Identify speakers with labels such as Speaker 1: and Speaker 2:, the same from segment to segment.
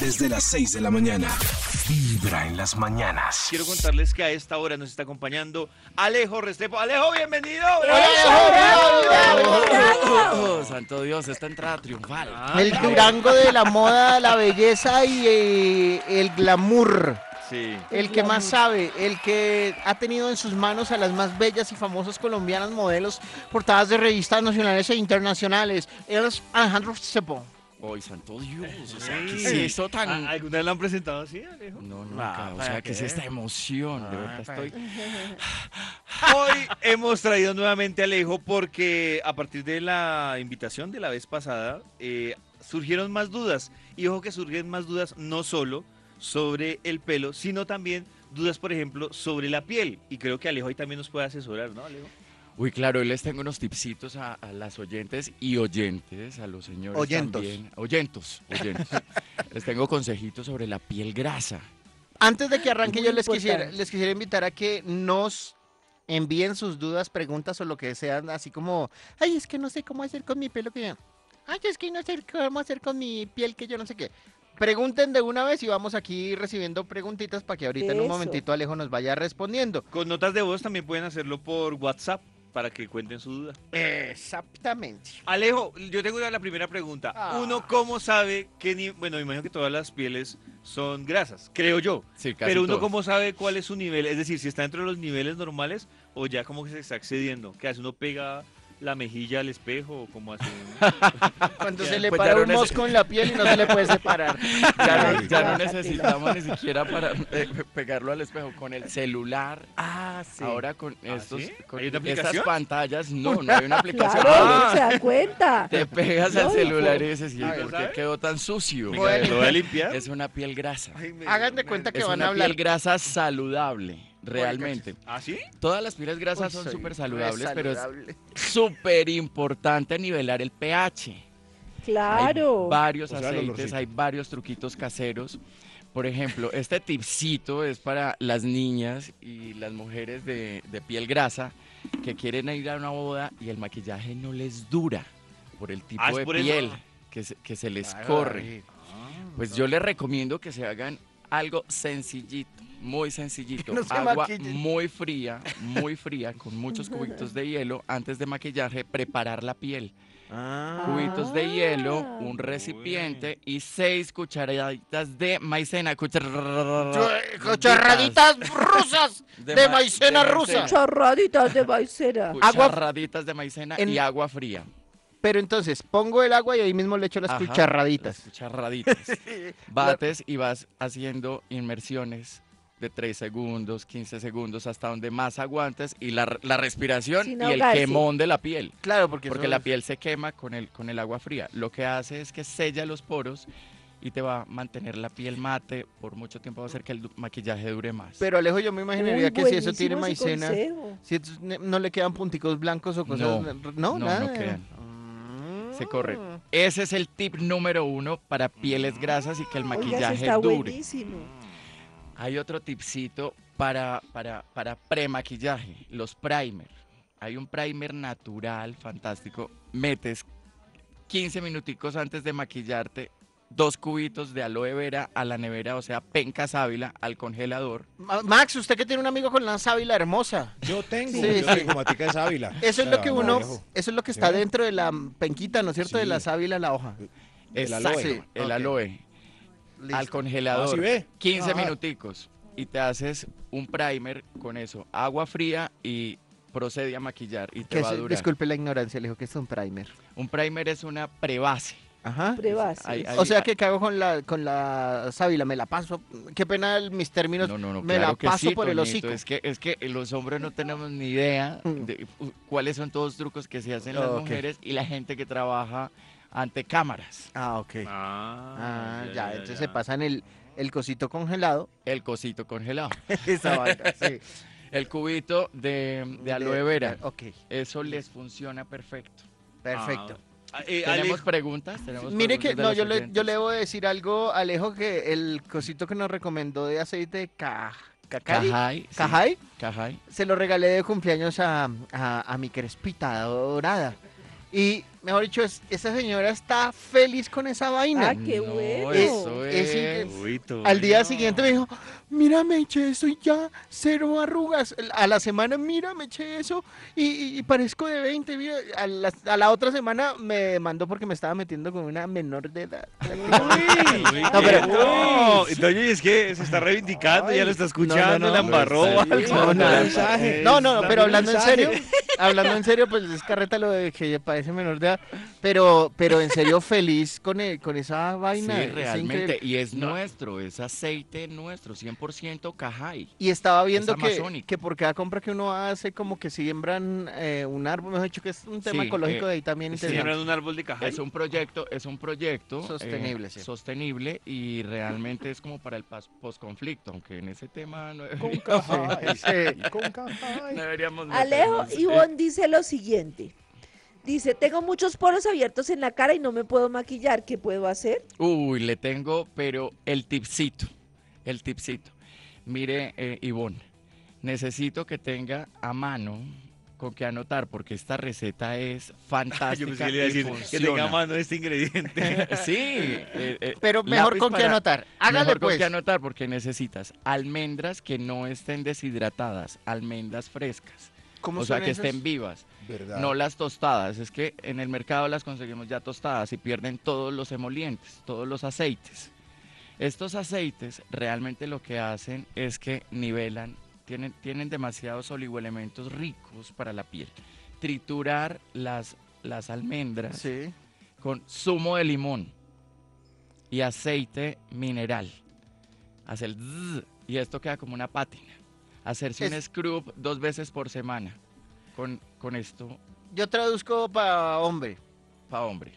Speaker 1: desde las 6 de la mañana. Vibra en las mañanas.
Speaker 2: Quiero contarles que a esta hora nos está acompañando Alejo Restrepo. Alejo, bienvenido.
Speaker 3: Oh, santo Dios, esta entrada triunfal.
Speaker 2: Ah.
Speaker 4: El Durango de la moda, la belleza y eh, el glamour.
Speaker 2: Sí.
Speaker 4: El que más sabe, el que ha tenido en sus manos a las más bellas y famosas colombianas modelos, portadas de revistas nacionales e internacionales. Él es Alejandro Sepo.
Speaker 3: Hoy, santo Dios, o sea, ¿qué
Speaker 2: Sí.
Speaker 3: es esto tan...?
Speaker 2: ¿A- ¿Alguna vez la han presentado así, Alejo?
Speaker 3: No,
Speaker 2: Ah,
Speaker 3: nunca, o
Speaker 2: ¿para
Speaker 3: sea, ¿qué es
Speaker 2: qué? Ah,
Speaker 3: esta emoción? De verdad estoy...
Speaker 2: Hoy hemos traído nuevamente a Alejo porque a partir de la invitación de la vez pasada eh, surgieron más dudas. Y ojo que surgen más dudas no solo sobre el pelo, sino también dudas, por ejemplo, sobre la piel. Y creo que Alejo ahí también nos puede asesorar, ¿no, Alejo?
Speaker 3: Uy, claro, hoy les tengo unos tipsitos a, a las oyentes y oyentes, a los señores
Speaker 5: Oyentos.
Speaker 3: también. Oyentos, oyentos. les tengo consejitos sobre la piel grasa.
Speaker 4: Antes de que arranque,
Speaker 6: Muy
Speaker 4: yo les quisiera,
Speaker 6: importante.
Speaker 4: les quisiera invitar a que nos envíen sus dudas, preguntas o lo que sean, así como, ay, es que no sé cómo hacer con mi pelo que ay, es que no sé cómo hacer con mi piel que yo no sé qué. Pregunten de una vez y vamos aquí recibiendo preguntitas para que ahorita en un
Speaker 6: Eso.
Speaker 4: momentito Alejo nos vaya respondiendo.
Speaker 2: Con notas de voz también pueden hacerlo por WhatsApp para que cuenten su duda.
Speaker 4: Exactamente.
Speaker 2: Alejo, yo tengo ya la primera pregunta.
Speaker 4: Ah.
Speaker 2: Uno, ¿cómo sabe que ni... Bueno, me imagino que todas las pieles son grasas, creo yo.
Speaker 3: Sí, casi
Speaker 2: Pero uno,
Speaker 3: todas.
Speaker 2: ¿cómo sabe cuál es su nivel? Es decir, si está dentro de los niveles normales o ya como que se está excediendo. ¿Qué hace? ¿Uno pega la mejilla al espejo o cómo hace? uno?
Speaker 4: Cuando
Speaker 2: Ya,
Speaker 4: se le
Speaker 3: pues,
Speaker 4: para
Speaker 3: ya
Speaker 4: un
Speaker 3: no neces-
Speaker 4: mosco en la piel y no se le puede separar.
Speaker 3: Ya no,
Speaker 6: Ay,
Speaker 3: ya no
Speaker 6: guácatela.
Speaker 3: necesitamos ni siquiera para eh, pegarlo al espejo con el celular.
Speaker 4: Ah, sí.
Speaker 3: Ahora con
Speaker 2: ¿Ah,
Speaker 3: estos,
Speaker 2: sí?
Speaker 3: con
Speaker 2: ¿Hay una
Speaker 3: estas
Speaker 2: aplicación?
Speaker 3: pantallas, no, no hay una aplicación.
Speaker 6: Claro,
Speaker 3: Ah,
Speaker 6: uno se da cuenta.
Speaker 3: Te pegas al
Speaker 6: Lógico.
Speaker 3: celular y dices, "¿Y
Speaker 2: Ah,
Speaker 3: por qué
Speaker 2: ¿sabe?
Speaker 3: quedó tan sucio?
Speaker 2: Venga,
Speaker 4: Bueno.
Speaker 2: ¿Lo voy a limpiar?
Speaker 3: Es una piel grasa.
Speaker 2: Ay, me-
Speaker 4: Hagan de cuenta que
Speaker 3: es
Speaker 4: van
Speaker 3: una
Speaker 4: a hablar.
Speaker 3: piel grasa saludable, realmente.
Speaker 2: ¿Ah, sí?
Speaker 3: Todas las pieles grasas
Speaker 4: Uy,
Speaker 3: son
Speaker 4: soy
Speaker 3: súper
Speaker 4: re
Speaker 3: saludables, pero es
Speaker 4: saludable.
Speaker 3: súper importante nivelar el pH. Hay
Speaker 6: Claro.
Speaker 5: O
Speaker 3: varios
Speaker 5: sea, el
Speaker 3: aceites,
Speaker 5: olorcito.
Speaker 3: hay varios truquitos caseros. Por ejemplo, este tipcito es para las niñas y las mujeres de, de piel grasa que quieren ir a una boda y el maquillaje no les dura por el tipo
Speaker 2: Ah, ¿es
Speaker 3: de
Speaker 2: por eso?
Speaker 3: piel que se, que se les corre. Pues yo les recomiendo que se hagan algo sencillito, muy sencillito.
Speaker 4: no se
Speaker 3: Agua
Speaker 4: maquillen.
Speaker 3: muy fría, muy fría, con muchos cubitos de hielo antes de maquillaje, preparar la piel
Speaker 2: Ah.
Speaker 3: cubitos de hielo,
Speaker 6: Ah.
Speaker 3: un recipiente y seis cucharaditas de maicena. cuchar-
Speaker 4: Chorraditas eh, rusas. de maicena rusa.
Speaker 6: Chorraditas de maicena.
Speaker 4: Agua-
Speaker 3: Cucharaditas de maicena
Speaker 4: En-
Speaker 3: y agua fría.
Speaker 4: Pero entonces, pongo el agua y ahí mismo le echo las
Speaker 3: Ajá,
Speaker 4: cucharraditas.
Speaker 3: las Cucharraditas. Bates y vas haciendo inmersiones de 3 segundos, 15 segundos, hasta donde más aguantes y la, la respiración
Speaker 6: Sin
Speaker 3: y el
Speaker 6: ahogarse.
Speaker 3: quemón de la piel.
Speaker 4: Claro, porque,
Speaker 3: Porque la piel se quema con el, con el agua fría. Lo que hace es que sella los poros y te va a mantener la piel mate por mucho tiempo, va a hacer que el du- maquillaje dure más.
Speaker 4: Pero Alejo, yo me imaginaría
Speaker 6: Uy,
Speaker 4: que si eso tiene
Speaker 6: buenísimo ese
Speaker 4: maicena,
Speaker 6: consejo.
Speaker 4: si eso ne- no le quedan punticos blancos o cosas.
Speaker 3: No,
Speaker 4: No,
Speaker 3: no, no
Speaker 4: nada.
Speaker 3: quedan.
Speaker 4: Mm.
Speaker 3: Se corre. Ese es el tip número uno para pieles grasas y que el
Speaker 6: Oiga, eso
Speaker 3: maquillaje
Speaker 6: está
Speaker 3: dure.
Speaker 6: buenísimo.
Speaker 3: Hay otro tipcito para, para, para premaquillaje, los primer. Hay un primer natural, fantástico. Metes 15 minuticos antes de maquillarte, dos cubitos de aloe vera a la nevera, o sea, penca sábila al congelador.
Speaker 4: Ma- Max, usted que tiene un amigo con la sábila hermosa.
Speaker 5: Yo tengo,
Speaker 4: Sí,
Speaker 5: yo
Speaker 4: sí.
Speaker 5: tengo matica de sábila.
Speaker 4: Eso es
Speaker 5: O
Speaker 4: lo
Speaker 5: sea,
Speaker 4: que
Speaker 5: no,
Speaker 4: uno,
Speaker 5: viejo.
Speaker 4: eso es lo que está
Speaker 5: Sí.
Speaker 4: dentro de la penquita, ¿no es cierto? De la
Speaker 5: Sí.
Speaker 4: sábila, la hoja.
Speaker 5: El
Speaker 3: Exacto,
Speaker 5: aloe.
Speaker 3: sí, el
Speaker 4: Ok.
Speaker 3: aloe al
Speaker 4: Listo.
Speaker 3: congelador.
Speaker 5: Ah, ¿sí ve?
Speaker 3: 15
Speaker 5: Ah.
Speaker 3: minuticos y te haces un primer con eso, agua fría y procede a maquillar y te
Speaker 4: Que
Speaker 3: va a
Speaker 4: es-
Speaker 3: durar.
Speaker 4: disculpe la ignorancia, le dijo que es un primer.
Speaker 3: Un primer es una prebase.
Speaker 4: Ajá.
Speaker 6: Pruebas.
Speaker 3: Ahí- ahí-
Speaker 4: O sea que cago con la con la sábila, me la paso. Qué pena el- mis términos.
Speaker 3: No, no, no,
Speaker 4: me la
Speaker 3: claro que
Speaker 4: paso
Speaker 3: sí,
Speaker 4: por el hocico.
Speaker 3: Tonito, Es que, es que los hombres no tenemos ni idea
Speaker 4: Mm.
Speaker 3: de u- cuáles son todos los trucos que se hacen las
Speaker 4: Ok.
Speaker 3: mujeres y la gente que trabaja ante cámaras.
Speaker 4: Ah, ok.
Speaker 2: Ah,
Speaker 4: Ah, ya, entonces se pasan el, el cosito congelado.
Speaker 3: El cosito congelado.
Speaker 4: Esa vaina, sí.
Speaker 3: El cubito de, de aloe vera.
Speaker 4: Ok,
Speaker 3: Eso les funciona perfecto.
Speaker 4: perfecto.
Speaker 2: Ah, eh,
Speaker 3: ¿Tenemos
Speaker 2: Alejo,
Speaker 3: preguntas? ¿Tenemos
Speaker 4: Mire que,
Speaker 3: preguntas de
Speaker 4: no,
Speaker 3: los
Speaker 4: yo le, yo
Speaker 3: oyentes?
Speaker 4: le voy a decir algo, Alejo, que el cosito que nos recomendó de aceite de ca, cacari,
Speaker 3: Cajay. sí,
Speaker 4: cajay,
Speaker 3: Cajay.
Speaker 4: se lo regalé de cumpleaños a, a- a mi crespita dorada. Y mejor dicho, es- esa señora está feliz con esa vaina.
Speaker 6: Ah, qué
Speaker 3: No,
Speaker 6: bueno.
Speaker 3: Eso
Speaker 4: Eh, Es-
Speaker 3: es.
Speaker 4: es
Speaker 2: Uy, todo
Speaker 4: Al día
Speaker 2: bueno.
Speaker 4: siguiente me dijo, mira, me eché eso y ya, cero arrugas. A la semana, mira, me eché eso y, y- y parezco de 20. mira". A, la, a la otra semana me demandó porque me estaba metiendo con una menor de edad.
Speaker 2: Uy,
Speaker 4: No, pero-
Speaker 2: quieto. Doña, y es que se está reivindicando, ya lo está escuchando,
Speaker 4: no,
Speaker 2: la
Speaker 4: no,
Speaker 2: embarró. o
Speaker 3: está bien.
Speaker 2: algo.
Speaker 4: No, no,
Speaker 5: mensaje.
Speaker 4: No, no,
Speaker 5: Dame
Speaker 4: pero hablando en
Speaker 5: mensaje.
Speaker 4: serio, hablando en serio, pues es carreta lo de que parece menor de edad, pero, pero en serio feliz con, el- con esa
Speaker 3: Sí,
Speaker 4: vaina. es
Speaker 3: realmente.
Speaker 4: increíble.
Speaker 3: Y es
Speaker 4: No.
Speaker 3: nuestro, es aceite nuestro, 100% cajay.
Speaker 4: Y estaba viendo
Speaker 3: Es
Speaker 4: que,
Speaker 3: amazónico.
Speaker 4: que por cada compra que uno hace, como que siembran eh, un árbol, mejor dicho, que es un tema
Speaker 3: Sí,
Speaker 4: ecológico
Speaker 3: eh,
Speaker 4: de ahí también
Speaker 3: sí,
Speaker 4: interesante.
Speaker 2: Siembran un árbol de caja.
Speaker 3: Es un proyecto, es un proyecto eh,
Speaker 4: Sostenible, sí.
Speaker 3: sostenible y realmente es como para el pas- posconflicto, aunque en ese tema no,
Speaker 5: Con
Speaker 3: deberíamos-
Speaker 5: cajay.
Speaker 4: Sí.
Speaker 5: Con cajay.
Speaker 3: no deberíamos
Speaker 6: Alejo
Speaker 3: meternos.
Speaker 6: Ivonne dice lo siguiente. Dice, tengo muchos poros abiertos en la cara y no me puedo maquillar. ¿Qué puedo hacer?
Speaker 3: Uy, le tengo, pero el tipcito, el tipcito. Mire, eh, Ivonne, necesito que tenga a mano con que anotar, porque esta receta es fantástica
Speaker 2: Yo pensé que le iba a
Speaker 3: y
Speaker 2: decir que
Speaker 3: funciona.
Speaker 2: tenga a mano este ingrediente.
Speaker 3: sí, eh, eh,
Speaker 4: Pero mejor
Speaker 3: lápiz
Speaker 4: con que
Speaker 3: para-
Speaker 4: anotar. Hágale
Speaker 3: Mejor con
Speaker 4: pues.
Speaker 3: qué anotar porque necesitas almendras que no estén deshidratadas, almendras frescas,
Speaker 4: ¿Cómo
Speaker 3: o sea
Speaker 4: son
Speaker 3: que
Speaker 4: esos?
Speaker 3: estén vivas,
Speaker 5: Verdad.
Speaker 3: no las tostadas. Es que en el mercado las conseguimos ya tostadas y pierden todos los emolientes, todos los aceites. Estos aceites realmente lo que hacen es que nivelan, tienen, tienen demasiados oligoelementos ricos para la piel. Triturar las, las almendras
Speaker 4: Sí.
Speaker 3: con zumo de limón y aceite mineral. Hace el zzz, y esto queda como una pátina. Hacerse un
Speaker 4: Es-
Speaker 3: scrub dos veces por semana con, con esto
Speaker 4: Yo traduzco para hombre.
Speaker 3: pa' hombre.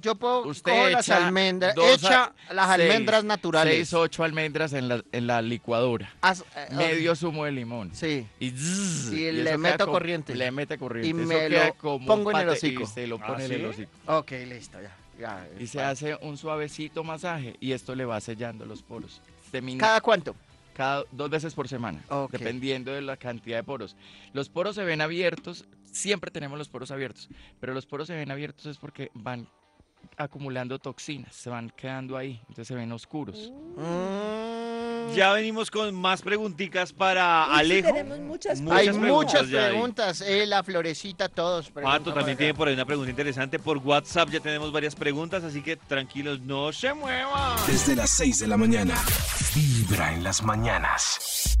Speaker 4: Yo puedo
Speaker 3: Usted
Speaker 4: cojo las
Speaker 3: echa
Speaker 4: almendras,
Speaker 3: dos a-
Speaker 4: echa las
Speaker 3: seis,
Speaker 4: almendras naturales.
Speaker 3: Seis, ocho almendras en la, en la licuadora.
Speaker 4: Haz- eh,
Speaker 3: Medio zumo de limón.
Speaker 4: Sí.
Speaker 3: Y, zzz,
Speaker 4: Y
Speaker 3: eso
Speaker 4: le
Speaker 3: queda
Speaker 4: meto
Speaker 3: como-
Speaker 4: corriente.
Speaker 3: Le mete corriente.
Speaker 4: Y
Speaker 3: eso
Speaker 4: me
Speaker 3: queda
Speaker 4: lo
Speaker 3: como un
Speaker 4: pongo en el
Speaker 3: pate-
Speaker 4: hocico.
Speaker 3: Y se lo
Speaker 2: ¿Ah,
Speaker 3: pone en
Speaker 2: sí? Ah.
Speaker 3: el hocico.
Speaker 4: Ok, listo, ya. ya,
Speaker 3: Y se
Speaker 4: para.
Speaker 3: hace un suavecito masaje y esto le va sellando los poros. Termina-
Speaker 4: ¿Cada cuánto?
Speaker 3: cada dos veces por semana,
Speaker 4: Ok.
Speaker 3: dependiendo de la cantidad de poros. Los poros se ven abiertos, siempre tenemos los poros abiertos, pero los poros se ven abiertos es porque van acumulando toxinas, se van quedando ahí, entonces se ven
Speaker 4: Ah,
Speaker 3: oscuros.
Speaker 4: Mm.
Speaker 2: Ya venimos con más preguntitas
Speaker 6: Uy, sí,
Speaker 2: para Alejo.
Speaker 6: tenemos muchas
Speaker 2: Hay
Speaker 4: Hay
Speaker 6: preguntas.
Speaker 4: muchas
Speaker 2: preguntas ya ahí.
Speaker 4: preguntas. eh, la florecita, todos. preguntan
Speaker 2: Pato
Speaker 4: por
Speaker 2: también
Speaker 4: acá.
Speaker 2: tiene por ahí una pregunta interesante. Por WhatsApp ya tenemos varias preguntas, así que tranquilos, no se muevan.
Speaker 1: Desde las 6 de la mañana. Vibra en las mañanas.